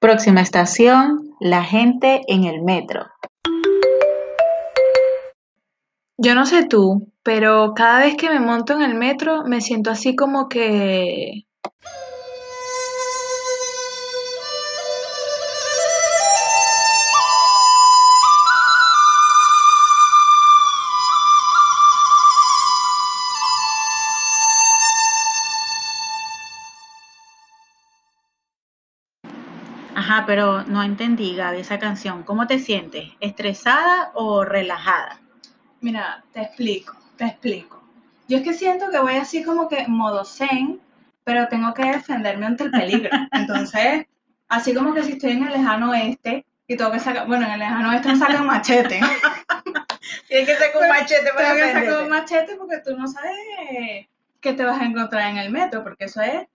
Próxima estación, la gente en el metro. Yo no sé tú, pero cada vez que me monto en el metro me siento así como que... Ajá, pero no entendí, Gaby, esa canción. ¿Cómo te sientes? ¿Estresada o relajada? Mira, te explico, te explico. Yo es que siento que voy así como que en modo zen, pero tengo que defenderme ante el peligro. Entonces, así como que si estoy en el lejano oeste y tengo que sacar, bueno, en el lejano oeste me sacan machete. Tienes que sacar un machete tengo que sacar un machete porque tú no sabes qué te vas a encontrar en el metro, porque eso es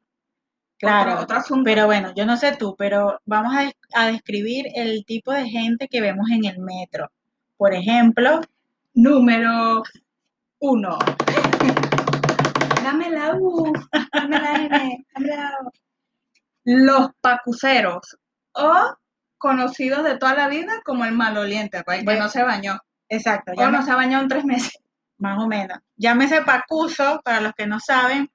Claro, otro, otro asunto. Pero bueno, yo no sé tú, pero vamos a, des- a describir el tipo de gente que vemos en el metro. Por ejemplo, Número uno. Dame la U, dame la N, dame la O. Los pacuceros, o conocidos de toda la vida como el maloliente, pues, que Bueno, no se bañó, exacto, o llama- no se ha bañado en tres meses. más o menos. Llámese pacuso, para los que no saben,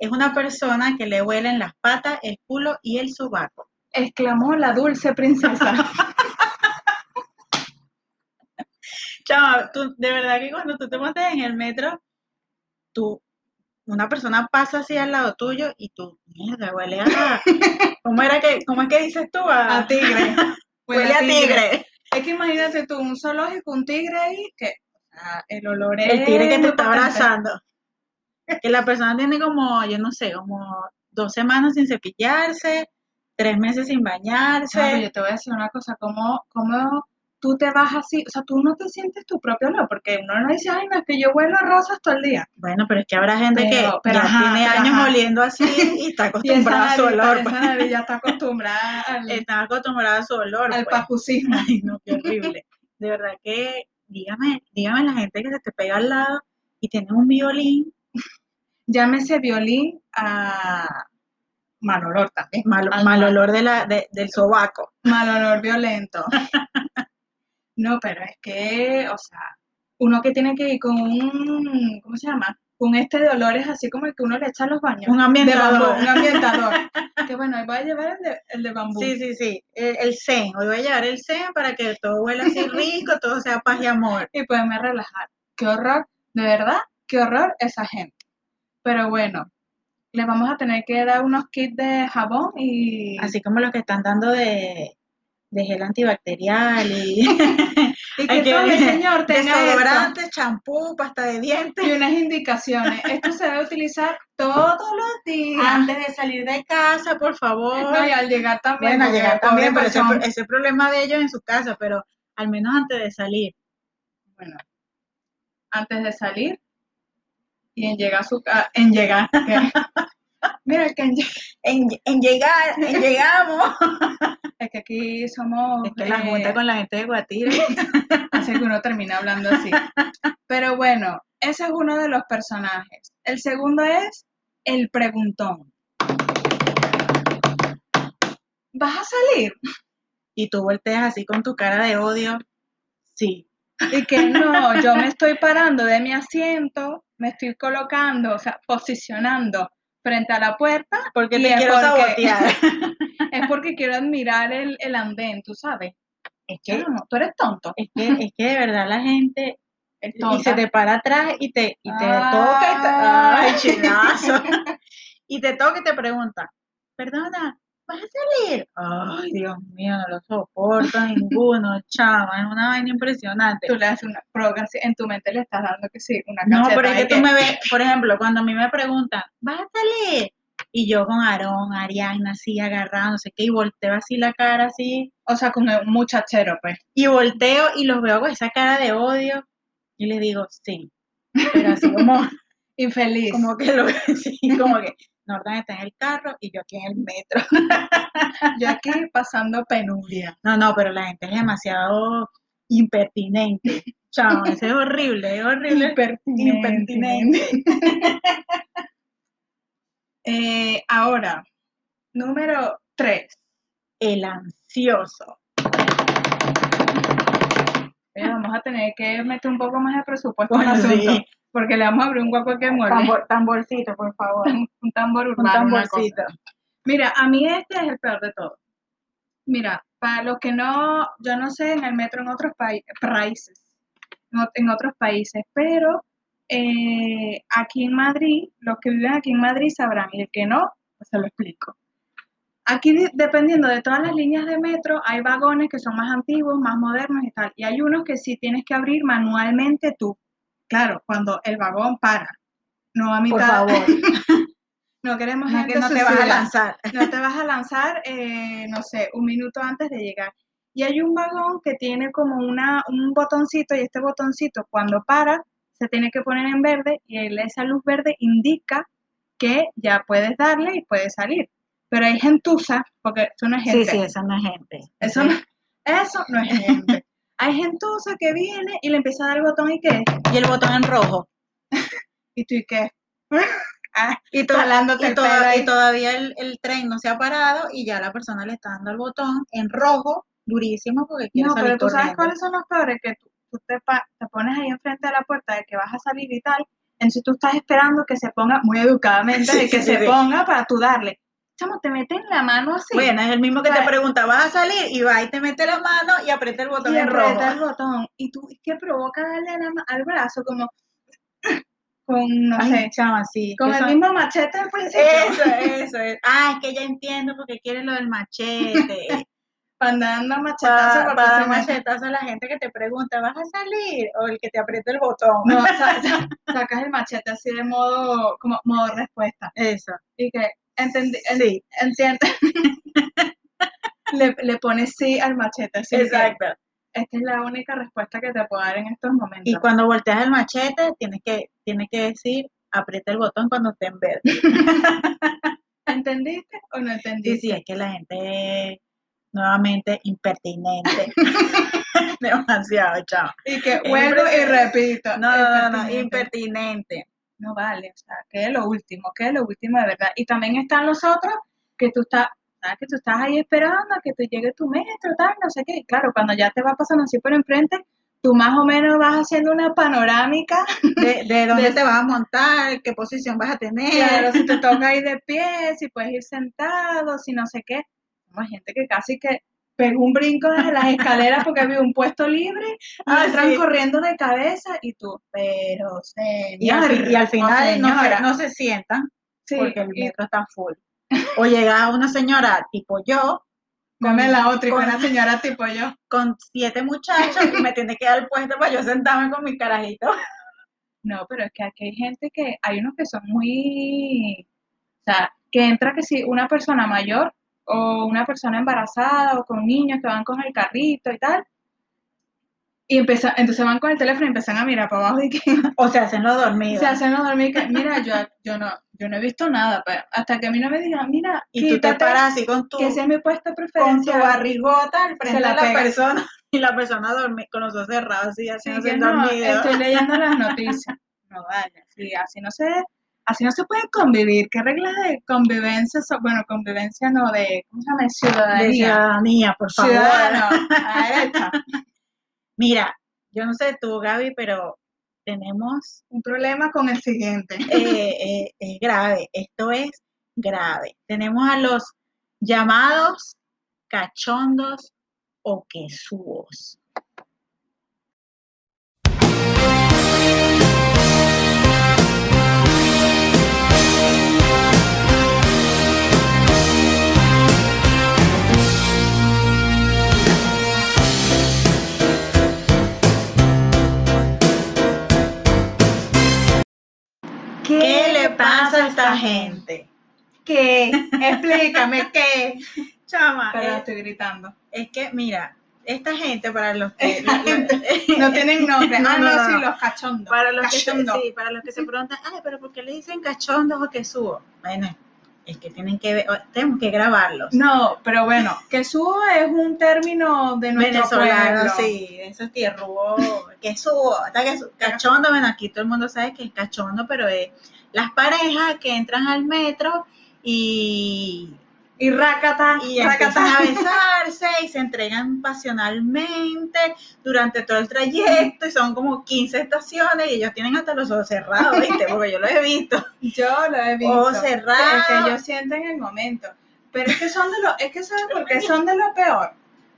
es una persona que le huelen las patas, el culo y el sobaco. Exclamó la dulce princesa. Chama, tú, de verdad que cuando tú te montas en el metro, tú, una persona pasa así al lado tuyo y tú, mierda, huele a... ¿Cómo era que, cómo es que dices tú? A- A tigre. huele a tigre. Es que imagínate tú, un zoológico, un tigre ahí, que ah, el olor es... El tigre que te muy está potente. abrazando. Que la persona tiene como, yo no sé, como dos semanas sin cepillarse, tres meses sin Chama, bañarse. yo te voy a decir una cosa, ¿cómo, cómo tú te vas así? O sea, tú no te sientes tu propio olor, porque uno no dice, ay, no, es que yo huelo a rosas todo el día. Bueno, pero es que habrá gente que Pero- pero ya ajá, tiene pero años ajá. oliendo así y está Y acostumbrada esa a su nariz, olor. esa pues. nariz ya está acostumbrada al, Está acostumbrada a su olor. al pues. pacucismo. Ay, no, qué horrible. De verdad que, dígame, dígame la gente que se te pega al lado y tiene un violín Llámese violín a mal olor también. mal, Al mal mal. olor de la, de- del sobaco. Mal olor violento. No, pero es que, o sea, uno que tiene que ir con un, ¿cómo se llama? Con este de olores así como el que uno le echa a los baños. Un De bambú, ambientador. un ambientador. que bueno, ahí voy a llevar el de, el de bambú. Sí, sí, sí. El, el zen. Hoy voy a llevar el zen para que todo huela así rico, todo sea paz y amor. y poderme relajar. Qué horror, de verdad, qué horror esa gente. Pero bueno, les vamos a tener que dar unos kits de jabón y, Así como los que están dando de, de gel antibacterial y y hay que, que- tome, señor, tenga esto. desodorante, champú, pasta de dientes. Y unas indicaciones. Esto se debe utilizar todos los días. Antes de salir de casa, por favor. No, y al llegar también. Bueno, porque llegar pobre también, pero ese, pachón. pro- ese problema de ellos en su casa, pero al menos antes de salir. Bueno, antes de salir y en llegar a su casa. En llegar. ¿qué? Mira, que en lleg- En, en llegar, en llegamos. es que aquí somos. Es que la eh, junta con la gente de Guatire. Así que uno termina hablando así. Pero bueno, ese es uno de los personajes. El segundo es el preguntón. ¿Vas a salir? Y tú volteas así con tu cara de odio. Sí. Y que no, yo me estoy parando de mi asiento, me estoy colocando, o sea, posicionando frente a la puerta, Porque Y te es quiero porque- sabotear. es porque quiero admirar el, el andén, tú sabes. Es que, No, tú eres tonto. es que, es que de verdad la gente Es y se tonta. te para atrás y te, y te Ah. toca y te, ay, chilazo. y te toca y te pregunta, perdona, ¿vas a salir? Ay, Dios mío, no lo soporto ninguno, chama, es una vaina impresionante. Tú le haces una proga así, en tu mente le estás dando que sí, una No, cachetada pero es y que tú que- me ves, por ejemplo, cuando a mí me preguntan, ¿vas a salir? Y yo con Aarón, Ariana, así agarrada, no sé qué, y volteo así la cara, así, O sea, con un muchachero, pues. y volteo y los veo con esa cara de odio, y les digo, sí, pero así como, Infeliz. como que lo sí, como que Norton está en el carro y yo aquí en el metro. Yo aquí pasando penuria. No, no, pero la gente es demasiado impertinente. Chao, eso es horrible, es horrible. Impertinente. Eh, ahora, número tres. El anciano. delicioso. Pero vamos a tener que meter un poco más de presupuesto en el Bueno, asunto. sí. Porque le vamos a abrir un guapo que muere. Tambor- tamborcito, por favor. Un un tambor urbano. una cosa. tamborcito. Mira, a mí este es el peor de todo. Mira, para los que no, yo no sé en el metro en otros pai- países, en ot- en otros países, pero eh, aquí en Madrid, los que viven aquí en Madrid sabrán, y el que no, pues se lo explico. Aquí, de- dependiendo de todas las líneas de metro, hay vagones que son más antiguos, más modernos y tal, y hay unos que sí tienes que abrir manualmente tú. Claro, cuando el vagón para, no a Por mitad, favor. no queremos No, gente que no te vas a suicida lanzar. no te vas a lanzar, eh, no sé, un minuto antes de llegar. Y hay un vagón que tiene como una, un botoncito y este botoncito cuando para se tiene que poner en verde y el- esa luz verde indica que ya puedes darle y puedes salir. Pero hay gentuza, porque eso no es gente, Sí, sí, esa no es gente. eso, no, eso no es gente. Hay gentuza que viene y le empieza a dar el botón y qué, Y el botón en rojo. y tú y qué. Y, to- Jalándote y el to- pelo ahí. y todavía el, el tren no se ha parado y ya la persona le está dando el botón en rojo, durísimo, porque quiere No, salir pero tú sabes corriendo. cuáles son los peores, que tú, tú te, pa- te pones ahí enfrente de la puerta de que vas a salir y tal, entonces tú estás esperando que se ponga, muy educadamente, Sí, de que sí, se sí. ponga para tú darle. Chamo, te meten la mano así Bueno, es el mismo que te Claro. pregunta, ¿vas a salir? Y va y te mete la mano y aprieta el botón y en rojo. aprieta el botón. Y tú, ¿qué provoca darle a la ma- al brazo? Como con, no Ay, sé, chama, sí. Eh. con eso- el mismo machete pues, al principio. Eso, eso. es. Ah, es que ya entiendo porque quiere lo del machete. Para andando para machetazo por para todas dar machetazo a la gente que te pregunta, ¿vas a salir? O el que te aprieta el botón. No, sa- sa- sacas el machete así de modo, como modo respuesta. Eso. Y que, entendí, Sí, entiende le, le pones sí al machete. así que exacto. Esta es la única respuesta que te puedo dar en estos momentos. Y cuando volteas el machete, tienes que, tienes que decir, aprieta el botón cuando esté en verde. ¿Entendiste o no Sí, entendiste? sí, es que la gente es nuevamente impertinente. Demasiado, chao. Y que vuelvo y repito. No, no, no, no, impertinente. impertinente. No vale, o sea, que es lo último, que es lo último de verdad. Y también están los otros que tú estás, ¿sabes? que tú estás ahí esperando a que te llegue tu metro, tal, no sé qué. Y claro, cuando ya te va pasando así por enfrente, tú más o menos vas haciendo una panorámica ¿De, de dónde De- te vas a montar? ¿Qué posición vas a tener? Claro, si te toca ir de pie, si puedes ir sentado, si no sé qué. Hay gente que casi que pegó un brinco desde las escaleras porque vio un puesto libre y Ah, entran sí. corriendo de cabeza y tú, pero Y al, señor. fin- y al o final no señora". se, no se sientan Sí, porque el y metro está full. O llega una señora tipo yo come la otra y con- una señora tipo yo. con siete muchachos y me tiene que dar el puesto para yo sentarme con mi carajito. No, pero es que aquí hay gente que, hay unos que son muy, o sea, que entra que si una persona mayor o una persona embarazada o con niños que van con el carrito y tal, y empieza, entonces van con el teléfono y empiezan a mirar para abajo y que O se hacen los dormidos. se hacen los dormir, que mira, yo, yo no, yo no he visto nada, pero hasta que a mí no me digan, mira, y tú te quítate, paras así con tu, que ese es mi puesto con tu preferencial. barrigota al frente Se la de la pega. persona y la persona dormi- con los ojos cerrados así, así Sí, no que se no, dormido. estoy leyendo las noticias. No vale, sí, así no se, así no se puede convivir. ¿Qué reglas de convivencia son? Bueno, convivencia no, de, ¿cómo se llama? De Ciudadanía. ciudadanía, por favor. Ciudadano, a esta. Mira, yo no sé tú, Gaby, pero tenemos Un problema con el siguiente. eh, eh, es grave, esto es grave. Tenemos a los llamados cachondos o quesúos. ¿Qué le pasa a esta gente? ¿Qué? Explícame qué. Chama, Pero eh, estoy gritando. es que mira, esta gente para los que Esta gente. No tienen nombre. No, ah, no, no, no, sí, no. los cachondos. Para los, que se, Cachondo. sí, para los que se preguntan, ay, pero ¿por qué le dicen cachondos o quesúos? Bueno, es que tienen que ver, o- tenemos que grabarlos. No, pero bueno, que subo es un término de nuestro Venezolanos, pueblo. sí, esos tierrubos, quesúo, está quesú- cachondo, bueno, aquí todo el mundo sabe que es cachondo, pero es las parejas que entran al metro y Y racata, y empiezan racata. a besarse y se entregan pasionalmente durante todo el trayecto y son como 15 estaciones y ellos tienen hasta los ojos cerrados, ¿viste? Porque yo los he visto. Yo lo he visto. Ojos El cerrados. que ellos sienten en el momento. Pero es que son de lo, es que ¿sabes por qué son de lo peor?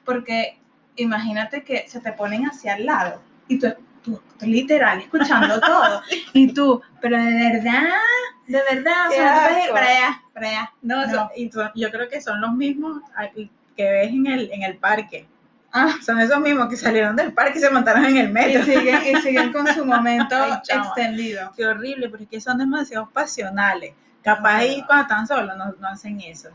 Porque imagínate que se te ponen hacia al lado y tú, tú, tú literal escuchando todo. Y tú, pero de verdad, de verdad, o Qué sea, no te puedes ir asco. para allá, para allá. No, son- y son- yo creo que son los mismos a- que ves en el, en el parque. Ah. Son esos mismos que salieron del parque y se montaron en el Y metro. siguen, y siguen con su momento Ay, chama. extendido. Qué horrible, porque es que son demasiado pasionales. Capaz ahí cuando están solos no, no hacen eso.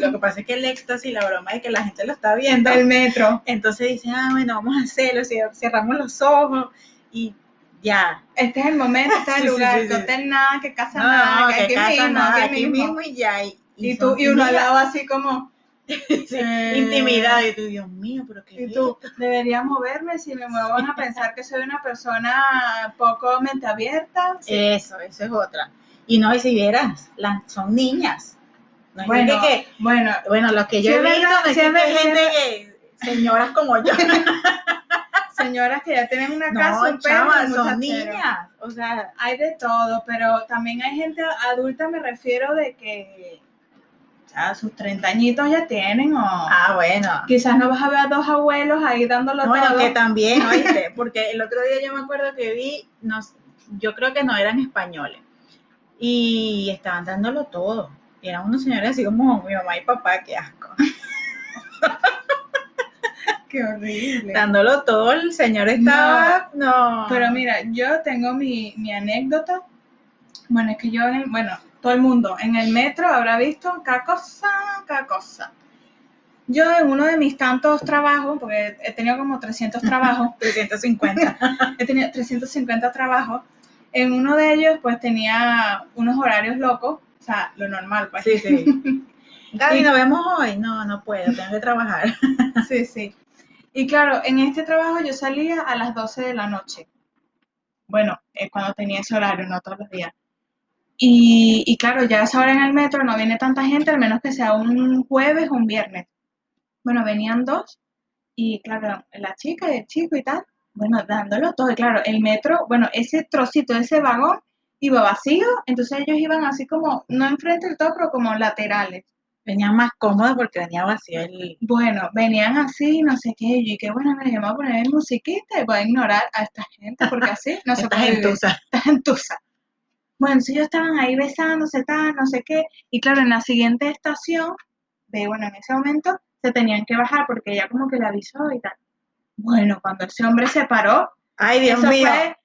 Lo que pasa es que el éxtasis, la broma es que la gente lo está viendo. Del metro. Entonces dicen, ah, bueno, vamos a hacerlo, cier- cerramos los ojos y ya. Este es el momento, este es el Sí, sí, lugar. sí, no sí. ten nada, que casa No, nada, no, que que aquí casa, mismo, nada, aquí mismo. y ya. Y, Y, son- tú, y uno al mira, lado así como... sí, eh, intimidad. Y tú, Dios mío, pero qué Y tú, debería moverme, si me muevo van a pensar que soy una persona poco mente abierta. Sí. Eso, eso es otra. Y no, y si vieras, las, son niñas. No es Bueno, que- que, bueno, bueno, los que yo Sí, he es visto verdad, es que sí, es hay verdad, gente que, señoras como yo, señoras que ya tienen una casa, no, un perro, chama, un son muchachero. niñas. O sea, Hay de todo, pero también hay gente adulta, me refiero de que ya sus 30 añitos ya tienen, o ah, bueno. quizás no vas a ver a dos abuelos ahí dándolo No, bueno, todo. que también, oíste, porque el otro día yo me acuerdo que vi, nos, yo creo que no eran españoles, y estaban dándolo todo. Y eran unos señores así como mi mamá y papá, qué asco. Qué horrible. Dándolo todo, el señor estaba, no. Pero mira, yo tengo mi, mi anécdota. Bueno, es que yo, en el- bueno, todo el mundo en el metro habrá visto cada cosa, cada cosa. Yo en uno de mis tantos trabajos, porque he tenido como 300 trabajos, 350. he tenido 350 trabajos, en uno de ellos pues tenía unos horarios locos, o sea, lo normal pues. Sí, sí. Gaby, nos vemos hoy. No, no puedo, tengo que trabajar. Sí, sí. Y claro, en este trabajo yo salía a las 12 de la noche. Bueno, eh, cuando tenía ese horario, no todos los días. Y, y claro, ya a esa hora en el metro no viene tanta gente, al menos que sea un jueves o un viernes. Bueno, venían dos y claro, la chica y el chico y tal, bueno, dándolo todo. Y claro, el metro, bueno, ese trocito, ese vagón iba vacío, entonces ellos iban así como, no enfrente del todo, pero como laterales. Venía más cómodo porque venía vacío el. Bueno, venían así, no sé qué, y yo, y qué bueno, me llamó a poner musiquita y voy a ignorar a esta gente porque así no se Esta puede vivir, gentuza. esta gentuza. Bueno, entonces ellos estaban ahí besándose, tal, no sé qué, y claro, en la siguiente estación, de bueno, en ese momento se tenían que bajar porque ella como que le avisó y tal. Bueno, cuando ese hombre se paró, Ay, Dios eso mío. fue,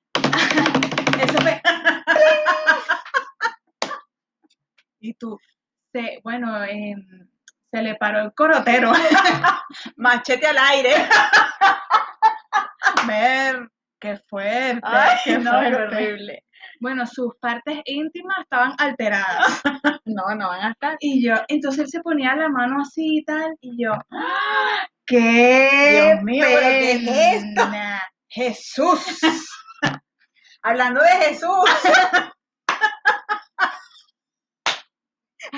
eso fue, y tú, se- bueno, em, se le paró el corotero. Machete al aire. Ver, qué fuerte, Ay, qué no, qué fuerte. horrible. Bueno, sus partes íntimas estaban alteradas. No, no van a estar. Y yo, entonces él se ponía la mano así y tal, y yo, ¡ah! ¡qué Dios mío, pero ¿qué es esto? pena! Jesús. Hablando de Jesús.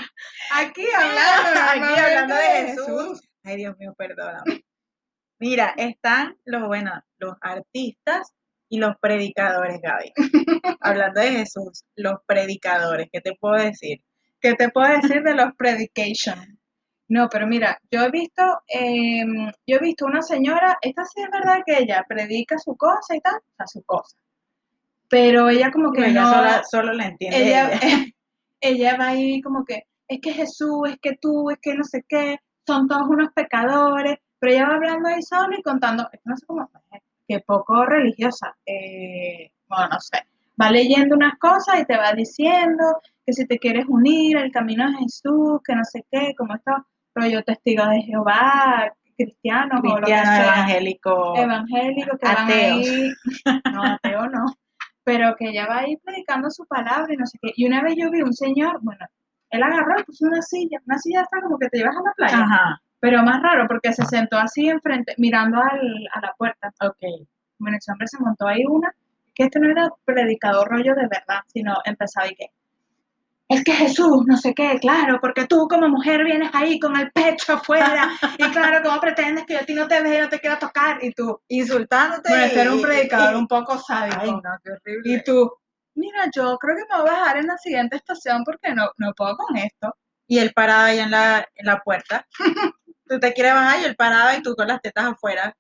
Aquí hablando, Aquí hablando de Jesús. Jesús. Ay, Dios mío, perdóname. Mira, están los, bueno, los artistas y los predicadores, Gaby. Hablando de Jesús, los predicadores, ¿qué te puedo decir? ¿Qué te puedo decir de los predication? No, pero mira, yo he visto, em, yo he visto una señora, esta sí es verdad que ella predica su cosa y tal, o sea, su cosa. Pero ella como que Porque ella no, sola- solo la entiende. ella, eh, ella. ella va ahí como que, es que Jesús, es que tú, es que no sé qué, son todos unos pecadores, pero ella va hablando ahí sola y contando, es que no sé cómo, que poco religiosa, eh, bueno, no sé, va leyendo unas cosas y te va diciendo que si te quieres unir al camino de Jesús, que no sé qué, como estos rollo testigos de Jehová, cristianos o lo que cristiano, sea evangélico. evangélicos que van Ateos. ahí, no, ateo no, pero que ella va ahí predicando su palabra y no sé qué. Y una vez yo vi un señor, bueno, él agarró y puso una silla, una silla está como que te llevas a la playa, Ajá, pero más raro porque se sentó así enfrente, mirando al- a la puerta. ok. Bueno, ese hombre se montó ahí una, que este no era predicador rollo de verdad, sino empezaba y que, es que Jesús, no sé qué, claro, porque tú como mujer vienes ahí con el pecho afuera y claro, ¿cómo pretendes que yo a ti no te vea y no te quiera tocar? Y tú, Insultándote. bueno, este y- era un y- predicador y- un poco Ay, sádico. no, qué horrible. Y tú, mira, yo creo que me voy a bajar en la siguiente estación porque no, no puedo con esto. y él parado ahí en la, en la puerta. tú te quieres bajar y él parado y tú con las tetas afuera.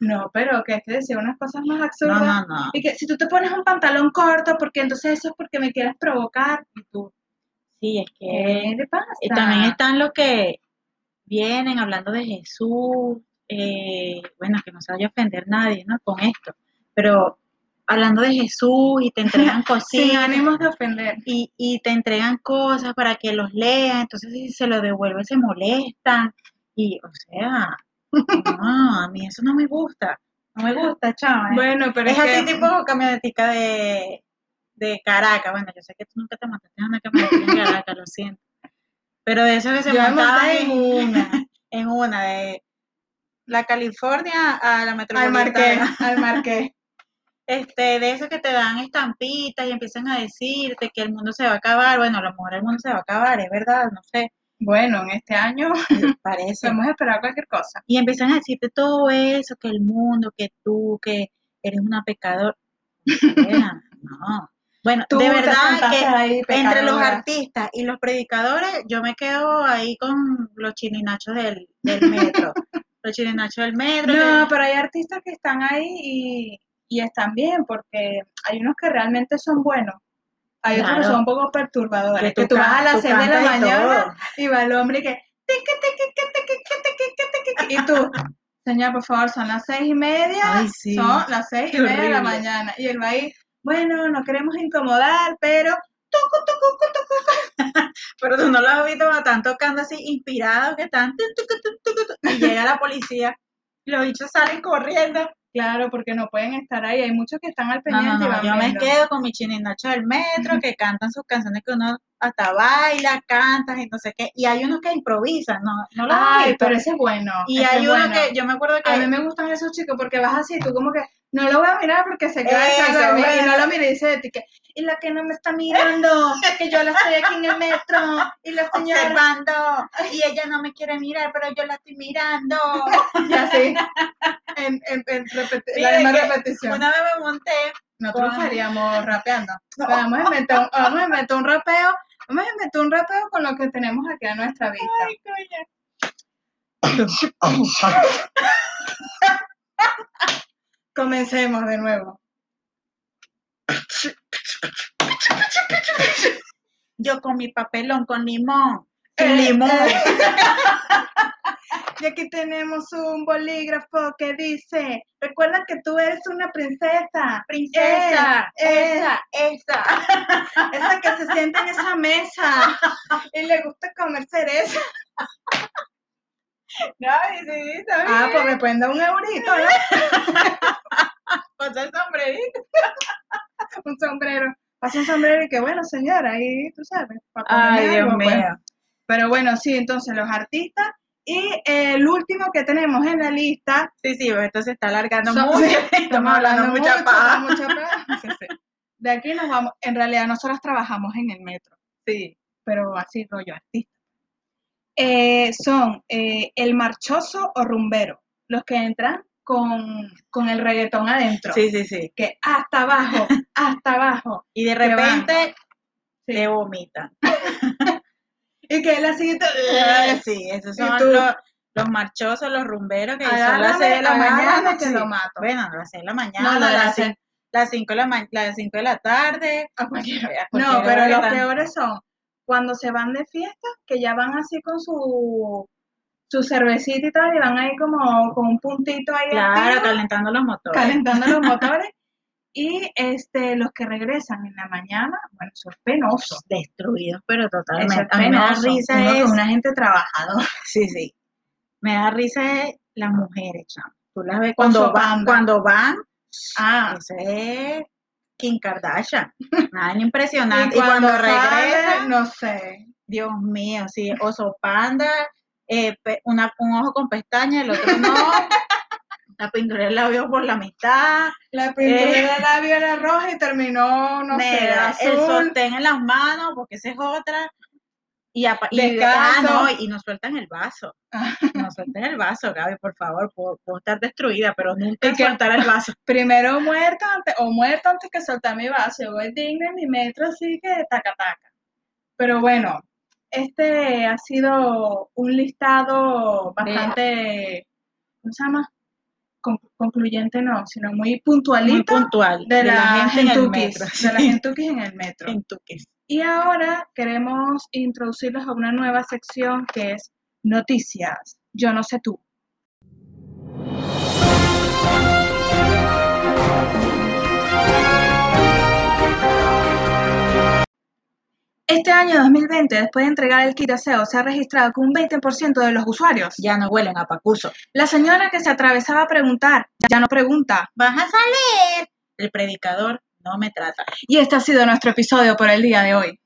No, pero que es que decía unas cosas más No, absurdas. no, no. Y que si tú te pones un pantalón corto, porque entonces eso es porque me quieres provocar. Y tú, Sí, es ¿qué le pasa? Y también están los que vienen hablando de Jesús, eh, bueno, que no se vaya a ofender nadie, ¿no? Con esto, pero hablando de Jesús y te entregan Sin cositas ánimos de ofender. y, y te entregan cosas para que los lean, entonces si se lo devuelve se molestan y, o sea, no, a mí eso no me gusta, no me gusta, chama. ¿eh? Bueno, pero es es así que- tipo camionetica de, de Caracas, bueno, yo sé que tú nunca te montaste en una camionetica en Caracas, lo siento. Pero de esas que se Yo me montaban monté en una, en una, de la California a la al marqués, metropolitana. al marqués. Este, de esos que te dan estampitas y empiezan a decirte que el mundo se va a acabar. Bueno, a lo mejor el mundo se va a acabar, es verdad, no sé, Bueno, en este año parece. podemos esperar cualquier cosa. Y empiezan a decirte todo eso, que el mundo, que tú, que eres una pecadora. Mira, no. Bueno, Tú de te verdad sentaste que ahí, entre los pecadora. artistas y los predicadores, yo me quedo ahí con los chininachos del, del metro. los chininachos del metro. No, que- pero hay artistas que están ahí y, y están bien, porque hay unos que realmente son buenos. Hay otros que Claro. son un poco perturbadores. Que tú, tú can- vas a las tú 6 de la cantas y mañana todo. y va el hombre y que. tiqui, tiqui, tiqui, tiqui, tiqui, tiqui, Y tú, señor, por favor, son las seis y media. Ay, sí. Son las seis y Qué media de la horrible. mañana. Y él va ahí, bueno, no queremos incomodar, pero. tucu, tucu, tucu, tucu". Pero tú no los has visto, están tocando así inspirados, que están. tu, tu, tu, tu, tu, tu, Y llega la policía. y Los bichos salen corriendo. Claro, porque no pueden estar ahí. Hay muchos que están al No, no, pendiente y no, van yo me viendo. quedo con mi chininacho del metro, que cantan sus canciones que uno hasta baila, cantas y no sé qué. Y hay unos que improvisan, no, no los has Ay, visto? pero ese es bueno. Y ese es hay uno bueno. que, yo me acuerdo que A mí me gustan esos chicos porque vas así, tú como que no lo voy a mirar porque se queda Eso, detrás de mí", y no bueno. lo mira y dice de ti que, y la que no me está mirando, que yo la estoy aquí en el metro, y la señora, observando, y ella no me quiere mirar, pero yo la estoy mirando. y así, en, en, en repeti- la Mire misma que repetición. Una vez me monté, No con- triunfaríamos rapeando. Vamos a inventar un, vamos a inventar un rapeo, vamos a inventar un rapeo con lo que tenemos aquí a nuestra vista. ay, coño, Comencemos de nuevo. yo con mi papelón, con limón, sin Eh, limón. Y aquí tenemos un bolígrafo que dice, recuerda que tú eres una princesa. Princesa, eh. esa, esa. Esa que se sienta en esa mesa y le gusta comer cereza. Ay, sí, está Ah, bien. pues me pueden dar un eurito, ¿no? Ponte el sombrerito. Un sombrero. Pasa un sombrero y que bueno, señora, ahí tú sabes. para Ay, comerme Dios algo, pues. mío. Pero bueno, sí, entonces los artistas. Y eh, el último que tenemos en la lista. Sí, sí, esto se está alargando son- mucho. estamos hablando mucho, mucho, paja. mucha paja. Sí, sí. De aquí nos vamos. En realidad, nosotros trabajamos en el metro. Sí. pero así rollo artista. Eh, son eh, el marchoso o rumbero, los que entran con, con el reggaetón adentro, Sí, sí, sí. que hasta abajo, hasta abajo, Y de Que van. repente Sí. te vomitan. y que la siguiente, Sí, esos ¿Y son tú? los, los marchosos, los rumberos que son Agárrame, las 6 de la mañana. agárrame que sí. lo mato. Bueno, las 6 de la mañana, no, no, la las, hacen cin- las 5 de la ma- las 5 de la tarde. a cualquier hora. a cualquier No, pero hora los que tan- peores son cuando se van de fiesta, que ya van así con su su cervecita y tal, y van ahí como con un puntito ahí Claro, activo. calentando los motores. calentando los motores. Y este, los que regresan en la mañana, bueno, eso es penoso. Destruidos, pero Eso totalmente. es A mí me da penoso. Uno risa con es. una gente trabajadora. Sí, sí. Me da risa es las mujeres, chamo. Tú las ves Con su cuando van, banda. cuando van Ah, Ese es Kim Kardashian. Nada ni y impresionante. Y cuando, cuando, sale, regresa, no sé. Dios mío, sí, oso panda, eh, pe- una- un ojo con pestaña, el otro no. la pintura del labio por la mitad, La pintura Eh. de labio era roja y terminó, no sé, negra, el azul. sostén en las manos, porque esa es otra. Y, apa- y, Descanso. ah, no, y nos sueltan el vaso. Nos sueltan el vaso, Gaby, por favor. Puedo, puedo estar destruida, pero nunca Y que- soltar el vaso. Primero muerta antes, o muerta antes que soltar mi vaso. Yo voy digna en mi metro, así que taca taca. Pero bueno, este ha sido un listado bastante, ¿cómo se llama? Con- concluyente no, sino muy Muy puntualito puntual. de, la gente en el gentukis, metro. de la gentukis en el metro. Gentukis. Y ahora queremos introducirlos a una nueva sección que es noticias. Yo no sé tú. Este año 2020, después de entregar el kit de aseo, se ha registrado que un 20% de los usuarios. Ya no huelen a pacuso. La señora que se atravesaba a preguntar, ya no pregunta. ¿Vas a salir? El predicador no me trata. Y este ha sido nuestro episodio por el día de hoy.